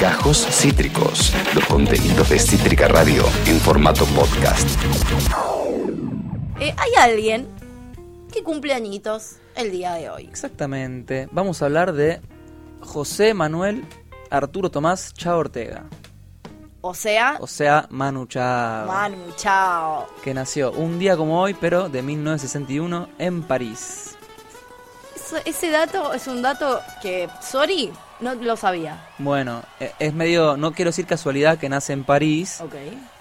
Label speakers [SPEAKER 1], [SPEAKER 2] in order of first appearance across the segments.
[SPEAKER 1] Gajos Cítricos, los contenidos de Cítrica Radio en formato podcast.
[SPEAKER 2] Eh, hay alguien que cumple añitos el día de hoy.
[SPEAKER 3] Exactamente. Vamos a hablar de José Manuel Arturo Tomás Chao Ortega.
[SPEAKER 2] O sea,
[SPEAKER 3] O sea, Manu Chao.
[SPEAKER 2] Manu, chao.
[SPEAKER 3] Que nació un día como hoy, pero de 1961 en París.
[SPEAKER 2] Eso- ese dato es un dato que, sorry, no lo sabía.
[SPEAKER 3] Bueno, e- es medio, no quiero decir casualidad que nace en París,
[SPEAKER 2] Ok.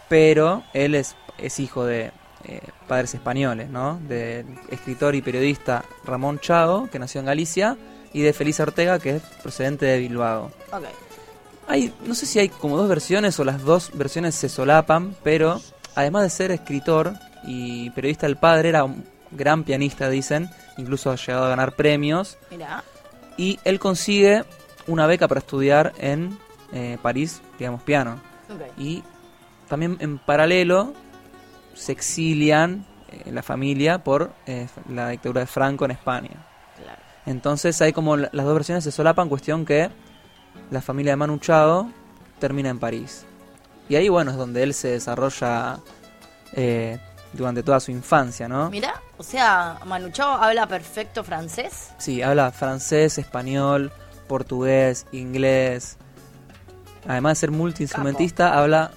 [SPEAKER 3] pero él es, es hijo de eh, padres españoles, ¿no? Del escritor y periodista Ramón Chao, que nació en Galicia, y de Felisa Ortega, que es procedente de Bilbao.
[SPEAKER 2] Ok.
[SPEAKER 3] Hay, no sé si hay como dos versiones o las dos versiones se solapan, pero además de ser escritor y periodista, el padre era un gran pianista, dicen, incluso ha llegado a ganar premios,
[SPEAKER 2] Mirá.
[SPEAKER 3] y él consigue una beca para estudiar en eh, París, digamos, piano.
[SPEAKER 2] Ok.
[SPEAKER 3] Y también en paralelo se exilian eh, la familia por eh, la dictadura de Franco en España.
[SPEAKER 2] Claro.
[SPEAKER 3] Entonces hay como la- las dos versiones se solapan, cuestión que la familia de Manu Chao termina en París. Y ahí, bueno, es donde él se desarrolla eh, durante toda su infancia, ¿no?
[SPEAKER 2] Mirá, o sea, Manu Chao habla perfecto francés.
[SPEAKER 3] Sí, habla francés, español, portugués, inglés. Además de ser multiinstrumentista, habla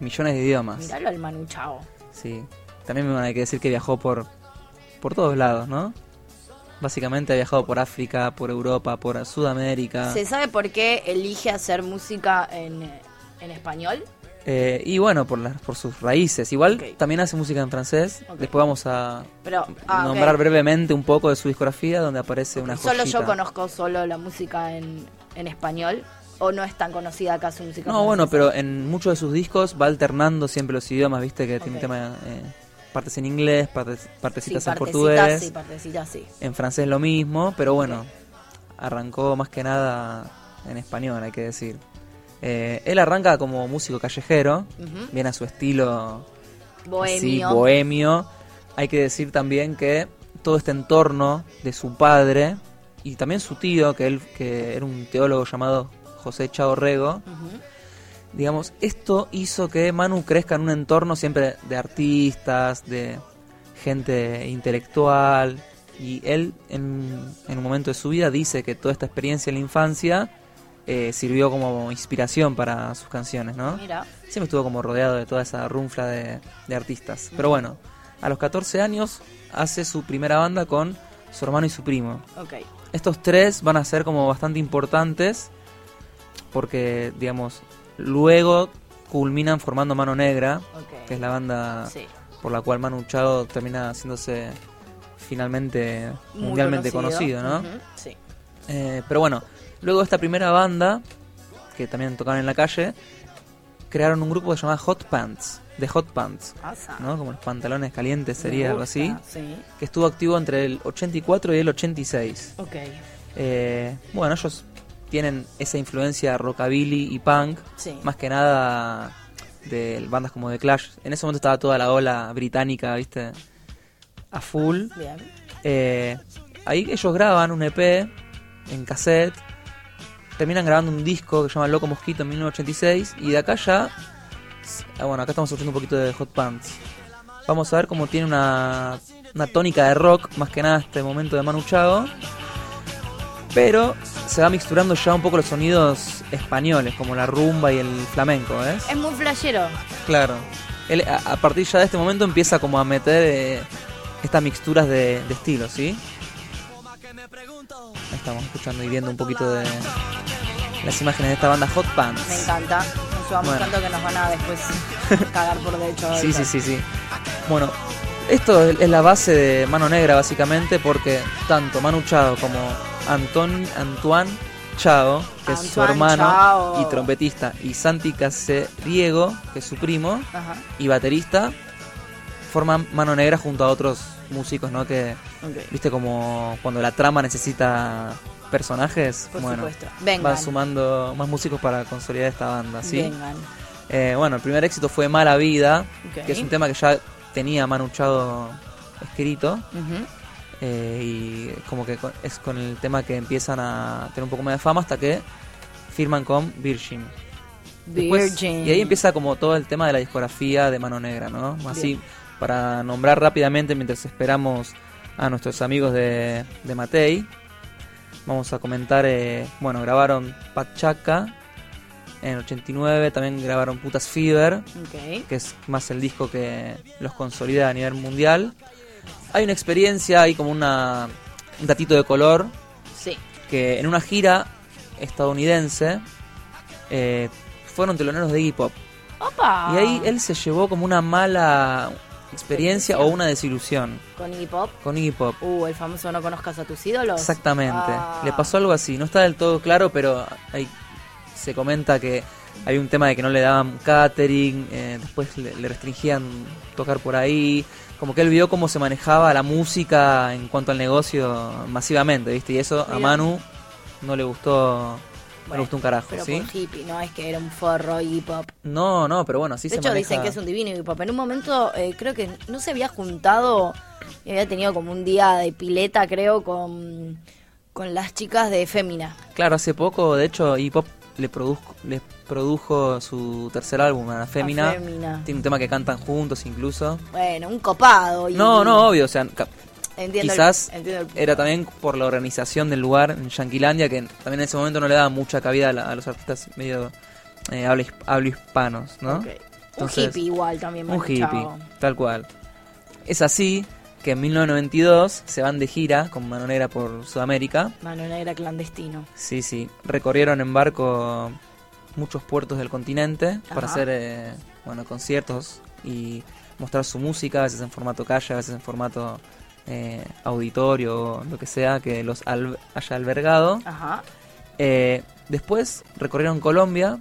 [SPEAKER 3] millones de idiomas.
[SPEAKER 2] Miralo al Manu Chao.
[SPEAKER 3] Sí. También bueno, hay que decir que viajó por, por todos lados, ¿no? Básicamente ha viajado por África, por Europa, por Sudamérica.
[SPEAKER 2] ¿Se sabe por qué elige hacer música en, en español?
[SPEAKER 3] Eh, y bueno, por, las por sus raíces. Igual
[SPEAKER 2] Ok.
[SPEAKER 3] también hace música en francés.
[SPEAKER 2] Ok.
[SPEAKER 3] Después vamos a
[SPEAKER 2] Pero, ah, ok.
[SPEAKER 3] nombrar brevemente un poco de su discografía donde aparece una
[SPEAKER 2] Solo yo
[SPEAKER 3] joyita.
[SPEAKER 2] conozco solo la música en, en español. ¿O no es tan conocida acá su música?
[SPEAKER 3] No, bueno,
[SPEAKER 2] francesa?
[SPEAKER 3] pero en muchos de sus discos va alternando siempre los idiomas, viste que
[SPEAKER 2] Ok.
[SPEAKER 3] tiene un tema, eh, partes en inglés, partes,
[SPEAKER 2] Sí,
[SPEAKER 3] partecitas en
[SPEAKER 2] partecitas,
[SPEAKER 3] portugués,
[SPEAKER 2] sí, partecitas, sí.
[SPEAKER 3] en francés lo mismo, pero bueno, arrancó más que nada en español, hay que decir. Eh, él arranca como músico callejero,
[SPEAKER 2] Ujú.
[SPEAKER 3] viene a su estilo
[SPEAKER 2] Bohemio.
[SPEAKER 3] Sí, bohemio. Hay que decir también que todo este entorno de su padre y también su tío, que él que era un teólogo llamado José Chaorrego,
[SPEAKER 2] Ujú.
[SPEAKER 3] digamos, esto hizo que Manu crezca en un entorno siempre de artistas, de gente intelectual. Y él, en, en un momento de su vida, dice que toda esta experiencia en la infancia eh, sirvió como inspiración para sus canciones, ¿no?
[SPEAKER 2] Mira,
[SPEAKER 3] Siempre estuvo como rodeado de toda esa runfla de, de artistas. Pero bueno, a los 14 años hace su primera banda con su hermano y su primo.
[SPEAKER 2] ok.
[SPEAKER 3] Estos tres van a ser como bastante importantes porque, digamos, luego culminan formando Mano Negra,
[SPEAKER 2] Ok.
[SPEAKER 3] que es la banda
[SPEAKER 2] Sí.
[SPEAKER 3] por la cual Manu Chao termina haciéndose finalmente
[SPEAKER 2] Muy
[SPEAKER 3] mundialmente conocido, ¿no?
[SPEAKER 2] Ujú, Sí.
[SPEAKER 3] Eh, pero bueno, luego de esta primera banda, que también tocaban en la calle, crearon un grupo que se llamaba Hot Pants, de Hot Pants,
[SPEAKER 2] Pasa.
[SPEAKER 3] ¿no? Como los pantalones calientes
[SPEAKER 2] Me
[SPEAKER 3] sería algo
[SPEAKER 2] gusta,
[SPEAKER 3] así,
[SPEAKER 2] Sí.
[SPEAKER 3] que estuvo activo entre el 84 y el 86.
[SPEAKER 2] Ok.
[SPEAKER 3] Eh, bueno, ellos tienen esa influencia rockabilly y punk,
[SPEAKER 2] Sí.
[SPEAKER 3] más que nada de bandas como The Clash. En ese momento estaba toda la ola británica, ¿viste? A full.
[SPEAKER 2] Bien.
[SPEAKER 3] Eh, ahí ellos graban un EP en cassette. Terminan grabando un disco que se llama Loco Mosquito en 1986. Y de acá ya. ah, bueno, acá estamos escuchando un poquito de Hot Pants. Vamos a ver cómo tiene una, una tónica de rock, más que nada este momento de Manu Chao. Pero se va mixturando ya un poco los sonidos españoles, como la rumba y el flamenco, ¿ves?
[SPEAKER 2] Es muy flashero.
[SPEAKER 3] Claro. Él, a, a partir ya de este momento empieza como a meter eh, estas mixturas de, de estilos, ¿sí? Ahí Estamos escuchando y viendo un poquito de las imágenes de esta banda Hot Pants.
[SPEAKER 2] Me encanta. Nos subamos
[SPEAKER 3] Bueno.
[SPEAKER 2] tanto que nos van a después cagar por derecho.
[SPEAKER 3] Sí, sí, sí, sí. Bueno, esto es es la base de Mano Negra básicamente porque tanto Manu Chao como Anton, Antoine Chao, que es su
[SPEAKER 2] Antoine
[SPEAKER 3] hermano
[SPEAKER 2] Chao.
[SPEAKER 3] y trompetista, y Santi Caseriego, que es su primo,
[SPEAKER 2] Ajá.
[SPEAKER 3] y baterista forman Mano Negra junto a otros músicos, ¿no? Que,
[SPEAKER 2] Ok.
[SPEAKER 3] viste, como cuando la trama necesita personajes,
[SPEAKER 2] Por
[SPEAKER 3] bueno,
[SPEAKER 2] supuesto. Vengan.
[SPEAKER 3] van sumando más músicos para consolidar esta banda, ¿sí?
[SPEAKER 2] Vengan.
[SPEAKER 3] Eh, bueno, el primer éxito fue Mala Vida,
[SPEAKER 2] Ok.
[SPEAKER 3] que es un tema que ya tenía Manu Chao escrito.
[SPEAKER 2] Ujú.
[SPEAKER 3] eh, y como que con- es con el tema que empiezan a tener un poco más de fama hasta que firman con Virgin. Después-
[SPEAKER 2] Virgin.
[SPEAKER 3] Y ahí empieza como todo el tema de la discografía de Mano Negra, ¿no? Así,
[SPEAKER 2] Bien.
[SPEAKER 3] para nombrar rápidamente mientras esperamos a nuestros amigos de, de Matei, vamos a comentar, eh, bueno, grabaron Pachaca en 89, también grabaron Putas Fever,
[SPEAKER 2] Ok.
[SPEAKER 3] que es más el disco que los consolida a nivel mundial. Hay una experiencia, hay como una, un datito de color
[SPEAKER 2] Sí.
[SPEAKER 3] que en una gira estadounidense eh, fueron teloneros de hip hop.
[SPEAKER 2] Opa.
[SPEAKER 3] Y ahí él se llevó como una mala experiencia
[SPEAKER 2] Experiencia.
[SPEAKER 3] o una desilusión
[SPEAKER 2] Con hip hop.
[SPEAKER 3] con hip hop.
[SPEAKER 2] Uh, el famoso no conozcas a tus ídolos.
[SPEAKER 3] Exactamente.
[SPEAKER 2] Ah.
[SPEAKER 3] Le pasó algo así. No está del todo claro, pero ahí se comenta que había un tema de que no le daban catering, eh, después le, le restringían tocar por ahí. Como que él vio cómo se manejaba la música en cuanto al negocio masivamente, ¿viste? Y eso a
[SPEAKER 2] Mira.
[SPEAKER 3] Manu no le gustó, no le
[SPEAKER 2] Bueno,
[SPEAKER 3] gustó un carajo,
[SPEAKER 2] Pero
[SPEAKER 3] ¿sí?
[SPEAKER 2] por hippie, no es que era un forro hip hop.
[SPEAKER 3] No, no, pero bueno, así
[SPEAKER 2] de
[SPEAKER 3] se
[SPEAKER 2] hecho,
[SPEAKER 3] maneja.
[SPEAKER 2] dicen que es un divino hip hop. En un momento, eh, creo que no se había juntado y había tenido como un día de pileta, creo, con, con las chicas de Fémina.
[SPEAKER 3] Claro, hace poco, de hecho, Hip Hop le, produjo, le produjo su tercer álbum, a Femina.
[SPEAKER 2] A Fémina.
[SPEAKER 3] Tiene un tema que cantan juntos incluso.
[SPEAKER 2] Bueno, un copado. y-
[SPEAKER 3] No, no, obvio, o sea, ca-
[SPEAKER 2] Entiendo el-
[SPEAKER 3] quizás
[SPEAKER 2] entiendo el-
[SPEAKER 3] era también por la organización del lugar en Yanquilandia, que también en ese momento no le daba mucha cabida a, la- a los artistas medio eh, habla, hisp- habla hispanos, ¿no?
[SPEAKER 2] Ok.
[SPEAKER 3] Entonces,
[SPEAKER 2] un hippie igual también.
[SPEAKER 3] Un
[SPEAKER 2] Manu,
[SPEAKER 3] hippie,
[SPEAKER 2] chao.
[SPEAKER 3] tal cual. Es así que en 1992 se van de gira con Mano Negra por Sudamérica.
[SPEAKER 2] Mano negra clandestino.
[SPEAKER 3] Sí, sí. Recorrieron en barco muchos puertos del continente para
[SPEAKER 2] Ajá.
[SPEAKER 3] hacer eh, bueno conciertos y mostrar su música, a veces en formato calle, a veces en formato eh, auditorio o lo que sea que los al- haya albergado.
[SPEAKER 2] Ajá.
[SPEAKER 3] Eh, después recorrieron Colombia,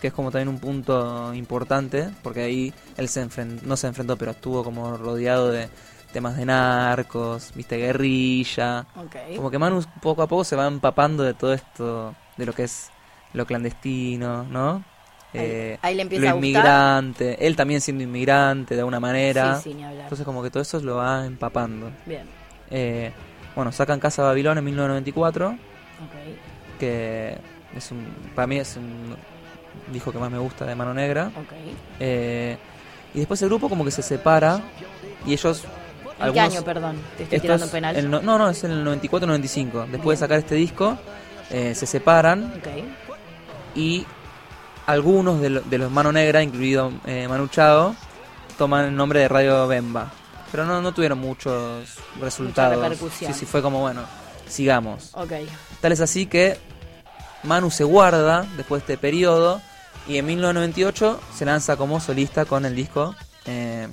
[SPEAKER 3] que es como también un punto importante, porque ahí él se enfren- no se enfrentó, pero estuvo como rodeado de temas de narcos, viste, guerrilla,
[SPEAKER 2] Ok.
[SPEAKER 3] como que Manu poco a poco se va empapando de todo esto, de lo que es lo clandestino, ¿no?
[SPEAKER 2] Ahí-
[SPEAKER 3] Eh,
[SPEAKER 2] ahí le empieza
[SPEAKER 3] lo
[SPEAKER 2] a gustar.
[SPEAKER 3] inmigrante, él también siendo inmigrante de alguna manera.
[SPEAKER 2] Sí, sí, ni hablar.
[SPEAKER 3] Entonces como que todo eso lo va empapando.
[SPEAKER 2] Bien.
[SPEAKER 3] Eh, bueno, sacan Casa Babilón en 1994,
[SPEAKER 2] Ok.
[SPEAKER 3] que es un, para mí es un disco que más me gusta de Mano Negra.
[SPEAKER 2] Ok.
[SPEAKER 3] Eh, y después el grupo como que se separa y ellos...
[SPEAKER 2] ¿En qué
[SPEAKER 3] algunos-
[SPEAKER 2] año, perdón? Te estoy
[SPEAKER 3] esto
[SPEAKER 2] tirando
[SPEAKER 3] es
[SPEAKER 2] un penal.
[SPEAKER 3] el no, no, no, es en el 94-95. Después de sacar este disco, eh, se separan
[SPEAKER 2] Ok.
[SPEAKER 3] y algunos de, lo- de los Mano Negra, incluido eh, Manu Chao, toman el nombre de Radio Bemba. Pero no, no tuvieron muchos resultados.
[SPEAKER 2] repercusión.
[SPEAKER 3] Sí, sí, fue como, bueno, sigamos.
[SPEAKER 2] Ok.
[SPEAKER 3] Tal es así que Manu se guarda después de este periodo y en 1998 se lanza como solista con el disco eh,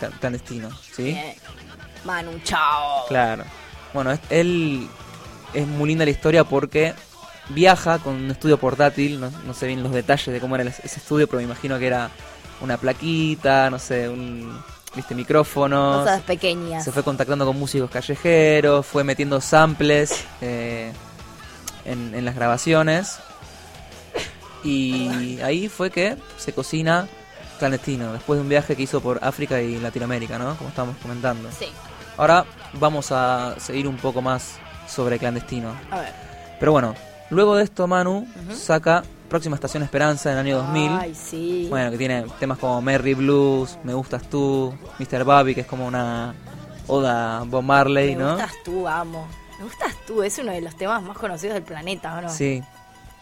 [SPEAKER 3] ca- clandestino. ¿sí?
[SPEAKER 2] Bien. Manu, chao.
[SPEAKER 3] Claro. Bueno, es- él es muy linda la historia porque viaja con un estudio portátil, no, no sé bien los detalles de cómo era ese ese estudio, pero me imagino que era una plaquita, no sé, un viste micrófono.
[SPEAKER 2] Cosas pequeñas.
[SPEAKER 3] Se fue contactando con músicos callejeros, fue metiendo samples eh, en, en las grabaciones. Y ahí fue que se cocina clandestino, después de un viaje que hizo por África y Latinoamérica, ¿no? Como estábamos comentando.
[SPEAKER 2] Sí.
[SPEAKER 3] Ahora vamos a seguir un poco más sobre clandestino.
[SPEAKER 2] A ver.
[SPEAKER 3] Pero bueno, luego de esto Manu
[SPEAKER 2] Ujú.
[SPEAKER 3] saca Próxima Estación Esperanza en el año 2000.
[SPEAKER 2] Ay, sí.
[SPEAKER 3] Bueno, que tiene temas como Merry Blues, Me Gustas Tú, Mr. Bobby, que es como una oda a Bob Marley,
[SPEAKER 2] Me
[SPEAKER 3] ¿no?
[SPEAKER 2] gustas tú, amo. Me gustas tú. Es uno de los temas más conocidos del planeta, ¿o no?
[SPEAKER 3] Sí.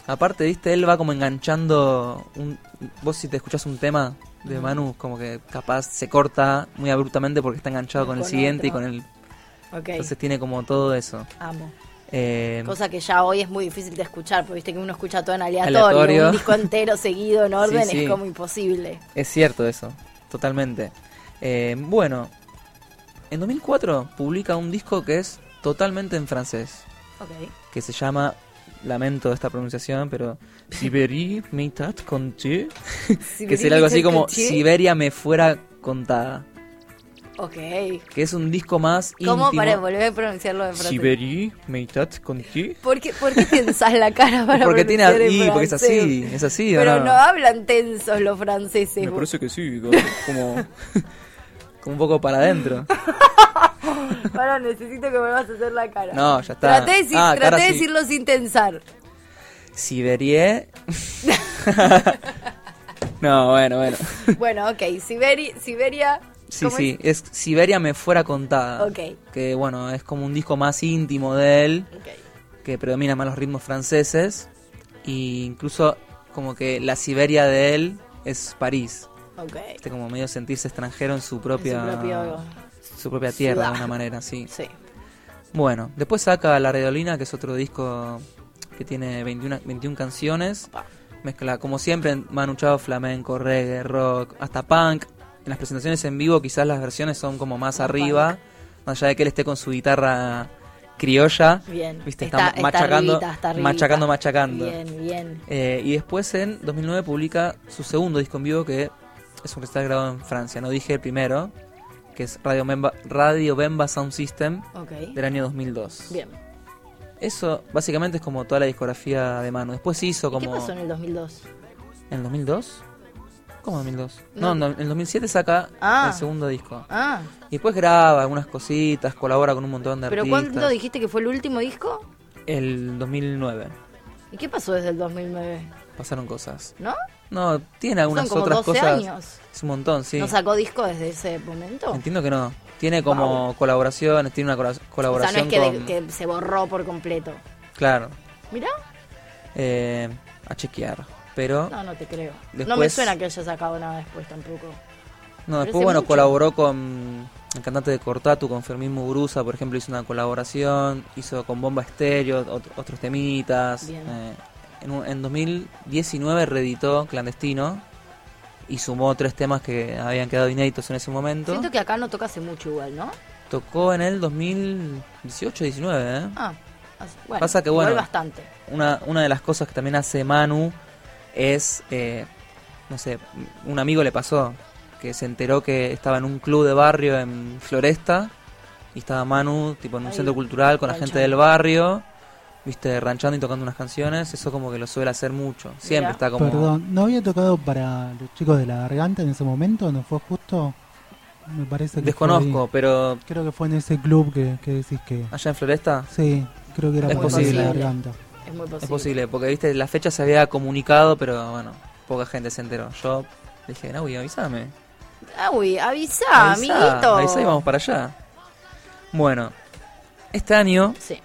[SPEAKER 3] Aparte, viste, él va como enganchando un... Vos si te escuchás un tema de Manu, como que capaz se corta muy abruptamente porque está enganchado con, el
[SPEAKER 2] Con
[SPEAKER 3] siguiente
[SPEAKER 2] otro.
[SPEAKER 3] y con el...
[SPEAKER 2] Ok.
[SPEAKER 3] Entonces tiene como todo eso.
[SPEAKER 2] Amo.
[SPEAKER 3] Eh,
[SPEAKER 2] Cosa que ya hoy es muy difícil de escuchar, porque viste que uno escucha todo en aleatorio,
[SPEAKER 3] Aleatorio.
[SPEAKER 2] un disco entero seguido en orden
[SPEAKER 3] sí.
[SPEAKER 2] es como imposible.
[SPEAKER 3] Es cierto eso, totalmente. Eh, bueno, en 2004 publica un disco que es totalmente en francés,
[SPEAKER 2] Ok.
[SPEAKER 3] que se llama, lamento esta pronunciación, pero Siberia me tat conté, que sería algo así como Siberia me fuera contada,
[SPEAKER 2] Ok.
[SPEAKER 3] que es un disco más
[SPEAKER 2] ¿Cómo?
[SPEAKER 3] íntimo.
[SPEAKER 2] Para volver a pronunciarlo de francés.
[SPEAKER 3] Siberia me tat conté.
[SPEAKER 2] ¿Por qué, por qué tensás la cara para
[SPEAKER 3] Porque tiene
[SPEAKER 2] pronunciar en
[SPEAKER 3] así, porque es
[SPEAKER 2] francés?
[SPEAKER 3] así, es así, ¿o
[SPEAKER 2] Pero
[SPEAKER 3] no?
[SPEAKER 2] no hablan tensos los franceses. vos.
[SPEAKER 3] que sí, como, como un poco para adentro.
[SPEAKER 2] Pará, necesito que vuelvas a hacer la cara.
[SPEAKER 3] No, ya está.
[SPEAKER 2] Traté de, decir-
[SPEAKER 3] Ah,
[SPEAKER 2] traté
[SPEAKER 3] cara
[SPEAKER 2] de
[SPEAKER 3] sí.
[SPEAKER 2] decirlo sin tensar.
[SPEAKER 3] Siberie. no, bueno, bueno.
[SPEAKER 2] Bueno, ok, Siberi- Siberia.
[SPEAKER 3] Sí,
[SPEAKER 2] ¿cómo
[SPEAKER 3] sí, es? Siberia me fuera contada.
[SPEAKER 2] Ok.
[SPEAKER 3] Que bueno, es como un disco más íntimo de él,
[SPEAKER 2] es? Ok.
[SPEAKER 3] que predomina más los ritmos franceses. Y incluso como que la Siberia de él es París.
[SPEAKER 2] Ok.
[SPEAKER 3] Este como medio sentirse extranjero en su
[SPEAKER 2] En
[SPEAKER 3] propia,
[SPEAKER 2] su propio-
[SPEAKER 3] su propia tierra de
[SPEAKER 2] ciudad.
[SPEAKER 3] una manera, sí.
[SPEAKER 2] Sí.
[SPEAKER 3] Bueno, después saca La Redolina, que es otro disco que tiene 21, 21 canciones.
[SPEAKER 2] Pa.
[SPEAKER 3] Mezcla, como siempre, Manu Chao, flamenco, reggae, rock, hasta punk. En las presentaciones en vivo quizás las versiones son como más arriba, más allá de que él esté con su guitarra criolla.
[SPEAKER 2] Bien.
[SPEAKER 3] Viste, está, machacando,
[SPEAKER 2] arribita, está arribita.
[SPEAKER 3] machacando, machacando.
[SPEAKER 2] Bien, bien.
[SPEAKER 3] Eh, y después en 2009 publica su segundo disco en vivo, que es un recital grabado en Francia. No dije el primero, que es Radio Bemba, Radio Bemba Sound System
[SPEAKER 2] Ok.
[SPEAKER 3] del año 2002.
[SPEAKER 2] Bien.
[SPEAKER 3] Eso básicamente es como toda la discografía de Manu. Después se hizo
[SPEAKER 2] ¿Y ¿Qué
[SPEAKER 3] como...
[SPEAKER 2] pasó en el 2002?
[SPEAKER 3] ¿En el 2002? ¿Cómo 2002? No,
[SPEAKER 2] No.
[SPEAKER 3] no, en el 2007 saca
[SPEAKER 2] Ah.
[SPEAKER 3] el segundo disco.
[SPEAKER 2] Ah,
[SPEAKER 3] Y después graba algunas cositas, colabora con un montón de
[SPEAKER 2] ¿pero
[SPEAKER 3] artistas.
[SPEAKER 2] cuándo dijiste que fue el último disco?
[SPEAKER 3] El 2009.
[SPEAKER 2] ¿Y qué pasó desde el 2009?
[SPEAKER 3] Pasaron cosas.
[SPEAKER 2] ¿No?
[SPEAKER 3] No, tiene algunas
[SPEAKER 2] Son como
[SPEAKER 3] otras
[SPEAKER 2] 12
[SPEAKER 3] cosas.
[SPEAKER 2] años.
[SPEAKER 3] Es un montón, sí.
[SPEAKER 2] ¿No sacó disco desde ese momento?
[SPEAKER 3] Entiendo que no. Tiene como colaboraciones, tiene una cola-
[SPEAKER 2] O sea, no
[SPEAKER 3] colaboración
[SPEAKER 2] es que, de-
[SPEAKER 3] con...
[SPEAKER 2] que se borró por completo.
[SPEAKER 3] Claro.
[SPEAKER 2] ¿Mirá?
[SPEAKER 3] Eh, a chequear. Pero...
[SPEAKER 2] No, no te creo. No me
[SPEAKER 3] Después-
[SPEAKER 2] suena que haya sacado nada después tampoco.
[SPEAKER 3] No,
[SPEAKER 2] Pero
[SPEAKER 3] después,
[SPEAKER 2] hace
[SPEAKER 3] bueno,
[SPEAKER 2] mucho.
[SPEAKER 3] colaboró con el cantante de Cortatu, con Fermín Muguruza, por ejemplo, hizo una colaboración, hizo con Bomba Estéreo, ot- otros temitas.
[SPEAKER 2] Bien.
[SPEAKER 3] eh, en, un- en 2019 reeditó Clandestino y sumó tres temas que habían quedado inéditos en ese momento.
[SPEAKER 2] Siento que acá no toca hace mucho igual, ¿no?
[SPEAKER 3] Tocó en el 2018-19, ¿eh?
[SPEAKER 2] Ah, as- bueno.
[SPEAKER 3] Pasa que,
[SPEAKER 2] igual
[SPEAKER 3] bueno,
[SPEAKER 2] bastante.
[SPEAKER 3] una, una de las cosas que también hace Manu es, eh, no sé, un amigo le pasó que se enteró que estaba en un club de barrio en Floresta y estaba Manu, tipo en un
[SPEAKER 2] Ahí,
[SPEAKER 3] centro cultural con la gente
[SPEAKER 2] ranchando.
[SPEAKER 3] del barrio, viste, ranchando y tocando unas canciones, eso como que lo suele hacer mucho, siempre
[SPEAKER 2] Mirá.
[SPEAKER 3] está como...
[SPEAKER 4] Perdón, ¿no había tocado para los chicos de la garganta en ese momento? ¿No fue justo? Me parece que. fue ahí.
[SPEAKER 3] Desconozco, pero
[SPEAKER 4] Creo que fue en ese club que, que decís que.
[SPEAKER 3] allá en Floresta
[SPEAKER 4] Sí, creo que era
[SPEAKER 3] Es
[SPEAKER 4] por ahí
[SPEAKER 3] posible.
[SPEAKER 4] la garganta.
[SPEAKER 2] Es muy posible.
[SPEAKER 3] es posible, porque viste, la fecha se había comunicado, pero bueno, poca gente se enteró. Yo le dije, Naui, avísame.
[SPEAKER 2] Ah, uy, avisa,
[SPEAKER 3] Avisá,
[SPEAKER 2] amiguito.
[SPEAKER 3] avisá y vamos para allá. Bueno, este año
[SPEAKER 2] Sí.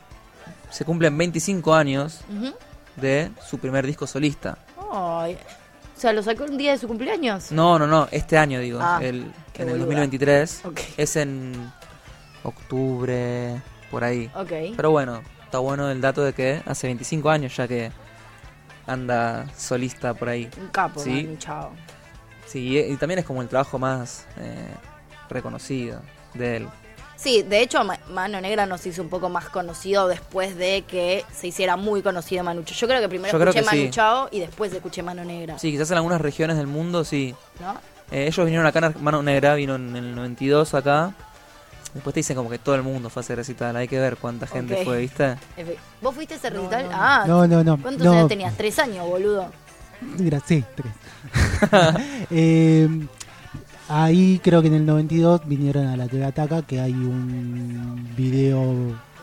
[SPEAKER 3] se cumplen 25 años
[SPEAKER 2] Ujú.
[SPEAKER 3] de su primer disco solista.
[SPEAKER 2] Ay. O sea, ¿lo sacó un día de su cumpleaños?
[SPEAKER 3] No, no, no, este año digo,
[SPEAKER 2] Ah,
[SPEAKER 3] el-
[SPEAKER 2] qué
[SPEAKER 3] en el
[SPEAKER 2] boluda.
[SPEAKER 3] 2023.
[SPEAKER 2] Ok.
[SPEAKER 3] Es en octubre, por ahí.
[SPEAKER 2] Ok.
[SPEAKER 3] Pero bueno, está bueno el dato de que hace 25 años ya que anda solista por ahí.
[SPEAKER 2] Un capo,
[SPEAKER 3] Sí.
[SPEAKER 2] Manu Chao.
[SPEAKER 3] Sí, y y también es como el trabajo más eh, reconocido de él.
[SPEAKER 2] Sí, de hecho, Ma- Mano Negra nos hizo un poco más conocido después de que se hiciera muy conocido Manu Chao. Yo creo que primero
[SPEAKER 3] Yo creo
[SPEAKER 2] escuché
[SPEAKER 3] que
[SPEAKER 2] Manu
[SPEAKER 3] sí.
[SPEAKER 2] Chao y después escuché Mano Negra.
[SPEAKER 3] Sí, quizás en algunas regiones del mundo sí,
[SPEAKER 2] ¿No?
[SPEAKER 3] Eh, ellos vinieron acá en Ar- Mano Negra, vino en el 92 acá. Después te dicen como que todo el mundo fue a hacer recital. Hay que ver cuánta gente
[SPEAKER 2] Ok.
[SPEAKER 3] fue, ¿viste?
[SPEAKER 2] Efe- ¿Vos fuiste a ese recital? Ah,
[SPEAKER 4] No, no, no.
[SPEAKER 2] ¿cuántos
[SPEAKER 4] no,
[SPEAKER 2] años tenías? Tres años, boludo.
[SPEAKER 4] Mira, sí, tres. Eh, ahí creo que en el 92 vinieron a la TV Ataca, que hay un video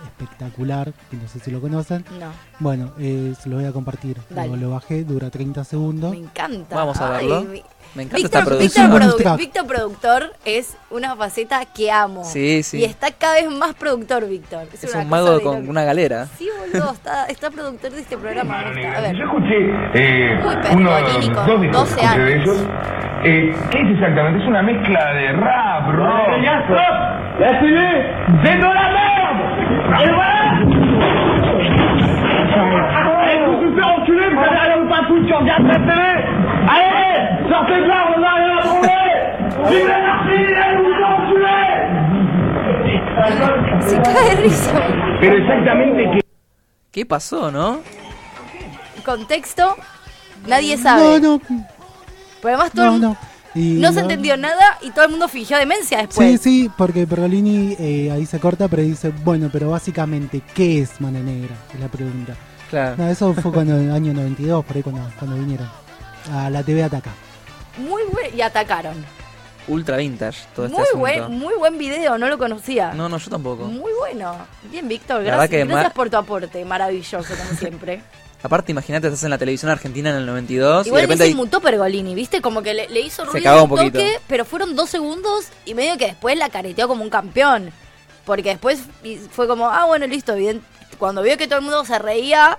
[SPEAKER 4] espectacular, que no sé si lo conocen.
[SPEAKER 2] No,
[SPEAKER 4] Bueno, eh, se lo voy a compartir.
[SPEAKER 2] Dale.
[SPEAKER 4] Lo, lo bajé, dura 30 segundos.
[SPEAKER 2] me encanta.
[SPEAKER 3] Vamos a
[SPEAKER 2] Ay,
[SPEAKER 3] verlo.
[SPEAKER 2] mi-
[SPEAKER 3] Me encanta esta
[SPEAKER 2] Víctor,
[SPEAKER 3] producción.
[SPEAKER 2] Víctor,
[SPEAKER 4] Víctor
[SPEAKER 2] produ-
[SPEAKER 4] Track.
[SPEAKER 2] Víctor Productor es una faceta que amo.
[SPEAKER 3] Sí, sí.
[SPEAKER 2] Y está cada vez más productor, Víctor.
[SPEAKER 3] es
[SPEAKER 2] una
[SPEAKER 3] un
[SPEAKER 2] cosa
[SPEAKER 3] mago
[SPEAKER 2] de
[SPEAKER 3] con
[SPEAKER 2] loco.
[SPEAKER 3] una galera.
[SPEAKER 2] Sí, boludo, está, está productor de este programa. me gusta. A
[SPEAKER 5] Yo
[SPEAKER 2] ver.
[SPEAKER 5] escuché eh,
[SPEAKER 2] Uy, pero
[SPEAKER 5] uno,
[SPEAKER 2] Nico,
[SPEAKER 5] dos
[SPEAKER 2] 12
[SPEAKER 5] discos que escuché de
[SPEAKER 2] años.
[SPEAKER 5] ellos. Eh, ¿Qué es exactamente? Es una mezcla de rap, rock. ¡La ¡Dentro la Allez, sortez de là, on va rien trouver Vive l'anarchie, elle vous a
[SPEAKER 2] Se cae de risa.
[SPEAKER 5] Pero exactamente qué
[SPEAKER 3] ¿Qué pasó, no?
[SPEAKER 2] Contexto, nadie
[SPEAKER 4] No,
[SPEAKER 2] sabe.
[SPEAKER 4] no,
[SPEAKER 2] Pero además todo el
[SPEAKER 4] no,
[SPEAKER 2] mundo-
[SPEAKER 4] no. Y
[SPEAKER 2] no se entendió pues. nada y todo el mundo fingió demencia después.
[SPEAKER 4] Sí, sí, porque Pergolini eh, ahí se corta, pero dice, bueno, pero básicamente, ¿qué es Mano Negra? Es la pregunta.
[SPEAKER 3] Claro.
[SPEAKER 4] No, eso fue cuando en el año 92, por ahí cuando, cuando vinieron a la TV Ataca.
[SPEAKER 2] Muy buen, y atacaron.
[SPEAKER 3] Ultra vintage todo este
[SPEAKER 2] muy
[SPEAKER 3] asunto.
[SPEAKER 2] buen, muy buen video, no lo conocía.
[SPEAKER 3] No, no, yo tampoco.
[SPEAKER 2] Muy bueno. Bien, Víctor,
[SPEAKER 3] La verdad
[SPEAKER 2] gracias,
[SPEAKER 3] que
[SPEAKER 2] gracias
[SPEAKER 3] Mar-
[SPEAKER 2] por tu aporte, maravilloso como siempre.
[SPEAKER 3] Aparte, imagínate, estás en la televisión argentina en el 92 y de
[SPEAKER 2] Igual
[SPEAKER 3] repente
[SPEAKER 2] Messi
[SPEAKER 3] hay-
[SPEAKER 2] mutó Pergolini, ¿viste? Como que le, le hizo
[SPEAKER 3] Se
[SPEAKER 2] ruido
[SPEAKER 3] cagó
[SPEAKER 2] un
[SPEAKER 3] un poquito.
[SPEAKER 2] toque, pero fueron dos segundos y medio que después la careteó como un campeón. Porque después y fue como, ah, bueno, listo, bien. Cuando vio que todo el mundo se reía,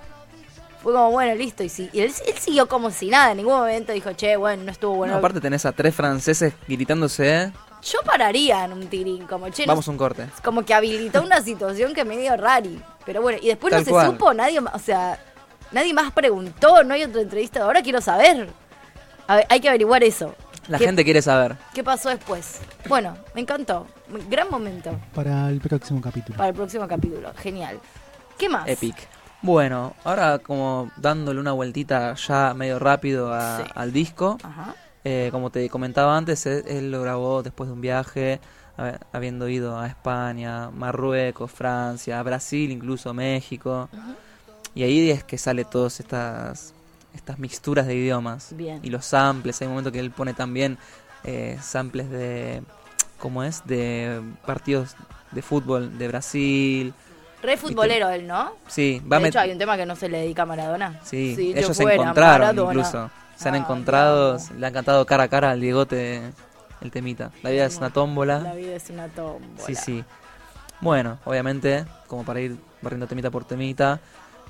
[SPEAKER 2] fue como, bueno, listo. Y, sí, y él, él siguió como si nada, en ningún momento dijo, che, bueno, no estuvo bueno.
[SPEAKER 3] No, aparte tenés a tres franceses gritándose, ¿eh?
[SPEAKER 2] Yo pararía en un tirín, como, che, no
[SPEAKER 3] vamos a un corte.
[SPEAKER 2] como que habilitó una situación que medio rari. Pero bueno, y después
[SPEAKER 3] Tal
[SPEAKER 2] no se
[SPEAKER 3] cual.
[SPEAKER 2] supo, nadie más, o sea, nadie más preguntó, no hay otra entrevista. Ahora quiero saber. A ver, hay que averiguar eso.
[SPEAKER 3] La
[SPEAKER 2] ¿Qué,
[SPEAKER 3] gente quiere saber.
[SPEAKER 2] ¿Qué pasó después? Bueno, me encantó. Un Gran momento
[SPEAKER 4] Para el próximo capítulo.
[SPEAKER 2] para el próximo capítulo. Genial. ¿Qué más?
[SPEAKER 3] Epic. Bueno, ahora como dándole una vueltita ya medio rápido a-
[SPEAKER 2] Sí. Ah.
[SPEAKER 3] al disco.
[SPEAKER 2] Ajá.
[SPEAKER 3] Eh, como te comentaba antes, él, él lo grabó después de un viaje, hab- habiendo ido a España, Marruecos, Francia, Brasil, incluso México. Y ahí es que sale todas estas estas mixturas de idiomas.
[SPEAKER 2] Bien.
[SPEAKER 3] Y los samples, hay un momento que él pone también eh, samples de, ¿cómo es? De partidos de fútbol de Brasil.
[SPEAKER 2] Re futbolero él, ¿no?
[SPEAKER 3] Sí, va a
[SPEAKER 2] De hecho,
[SPEAKER 3] met-
[SPEAKER 2] hay un tema que no se le dedica a Maradona.
[SPEAKER 3] Sí,
[SPEAKER 2] Si yo
[SPEAKER 3] ellos se
[SPEAKER 2] fuera
[SPEAKER 3] encontraron
[SPEAKER 2] Maradona.
[SPEAKER 3] incluso. Se han
[SPEAKER 2] Ah,
[SPEAKER 3] encontrado,
[SPEAKER 2] te amo.
[SPEAKER 3] le han cantado cara a cara al Diegote el temita. La vida es una tómbola.
[SPEAKER 2] La vida es una tómbola.
[SPEAKER 3] Sí, sí. Bueno, obviamente, como para ir barriendo temita por temita,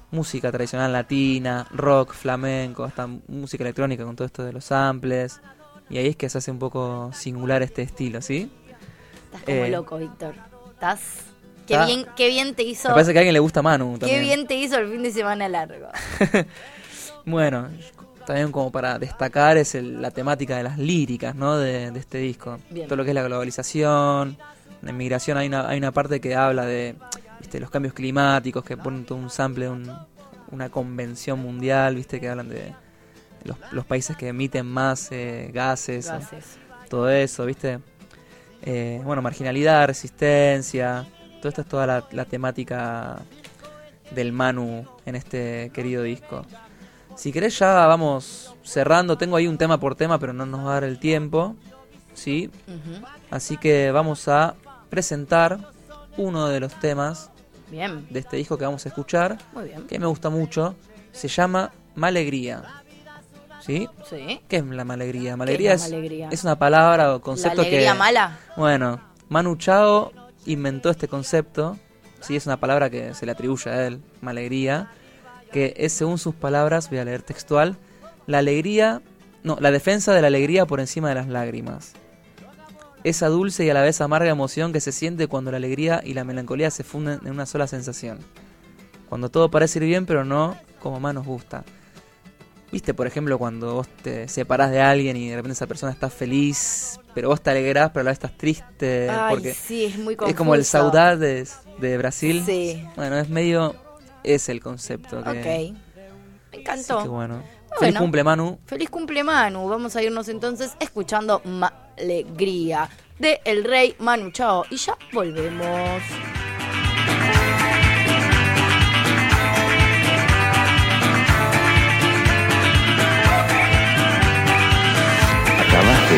[SPEAKER 3] música tradicional latina, rock, flamenco, hasta música electrónica con todo esto de los samples. Y ahí es que se hace un poco singular este estilo, ¿sí?
[SPEAKER 2] Estás como
[SPEAKER 3] Eh,
[SPEAKER 2] loco, Víctor. Estás. Qué
[SPEAKER 3] está-
[SPEAKER 2] bien, qué bien te hizo.
[SPEAKER 3] Me parece que a alguien le gusta Manu también.
[SPEAKER 2] Qué bien te hizo el fin de semana largo.
[SPEAKER 3] Bueno, también como para destacar es el- la temática de las líricas, ¿no? De, de este disco.
[SPEAKER 2] Bien.
[SPEAKER 3] Todo lo que es la globalización, la inmigración, hay una, hay una parte que habla de viste, los cambios climáticos, que ponen todo un sample de un- una convención mundial, viste, que hablan de los, los países que emiten más eh, gases,
[SPEAKER 2] Gracias.
[SPEAKER 3] todo eso, viste. Eh, bueno, marginalidad, resistencia, toda esta es toda la, la temática del Manu en este querido disco. Si querés ya vamos cerrando, tengo ahí un tema por tema, pero no nos va a dar el tiempo, ¿sí?
[SPEAKER 2] Ujú.
[SPEAKER 3] Así que vamos a presentar uno de los temas
[SPEAKER 2] Bien,
[SPEAKER 3] de este disco que vamos a escuchar,
[SPEAKER 2] muy bien.
[SPEAKER 3] que me gusta mucho, se llama Malegría, ¿sí?
[SPEAKER 2] Sí.
[SPEAKER 3] ¿Qué es la malegría?
[SPEAKER 2] ¿Qué
[SPEAKER 3] Malegría
[SPEAKER 2] es
[SPEAKER 3] es,
[SPEAKER 2] la malegría?
[SPEAKER 3] es una palabra o
[SPEAKER 2] La
[SPEAKER 3] concepto
[SPEAKER 2] alegría
[SPEAKER 3] que...
[SPEAKER 2] mala.
[SPEAKER 3] Bueno, Manu Chao inventó este concepto. Sí, es una palabra que se le atribuye a él, malegría. Que es, según sus palabras, voy a leer textual, la alegría, no, la defensa de la alegría por encima de las lágrimas. Esa dulce y a la vez amarga emoción que se siente cuando la alegría y la melancolía se funden en una sola sensación. Cuando todo parece ir bien, pero no como más nos gusta. Viste, por ejemplo, cuando vos te separás de alguien y de repente esa persona está feliz, pero vos te alegrás, pero a la vez estás triste.
[SPEAKER 2] Ay,
[SPEAKER 3] eh, porque
[SPEAKER 2] sí, es muy confuso.
[SPEAKER 3] es como el saudades de Brasil.
[SPEAKER 2] Sí.
[SPEAKER 3] Bueno, es medio. Es el concepto. Que,
[SPEAKER 2] Ok. Me
[SPEAKER 3] así
[SPEAKER 2] encantó.
[SPEAKER 3] que bueno.
[SPEAKER 2] Bueno.
[SPEAKER 3] Feliz cumple, Manu.
[SPEAKER 2] Feliz cumple Manu. Vamos a irnos entonces escuchando Alegría de El Rey Manu Chao. Y ya volvemos.
[SPEAKER 1] Acabas de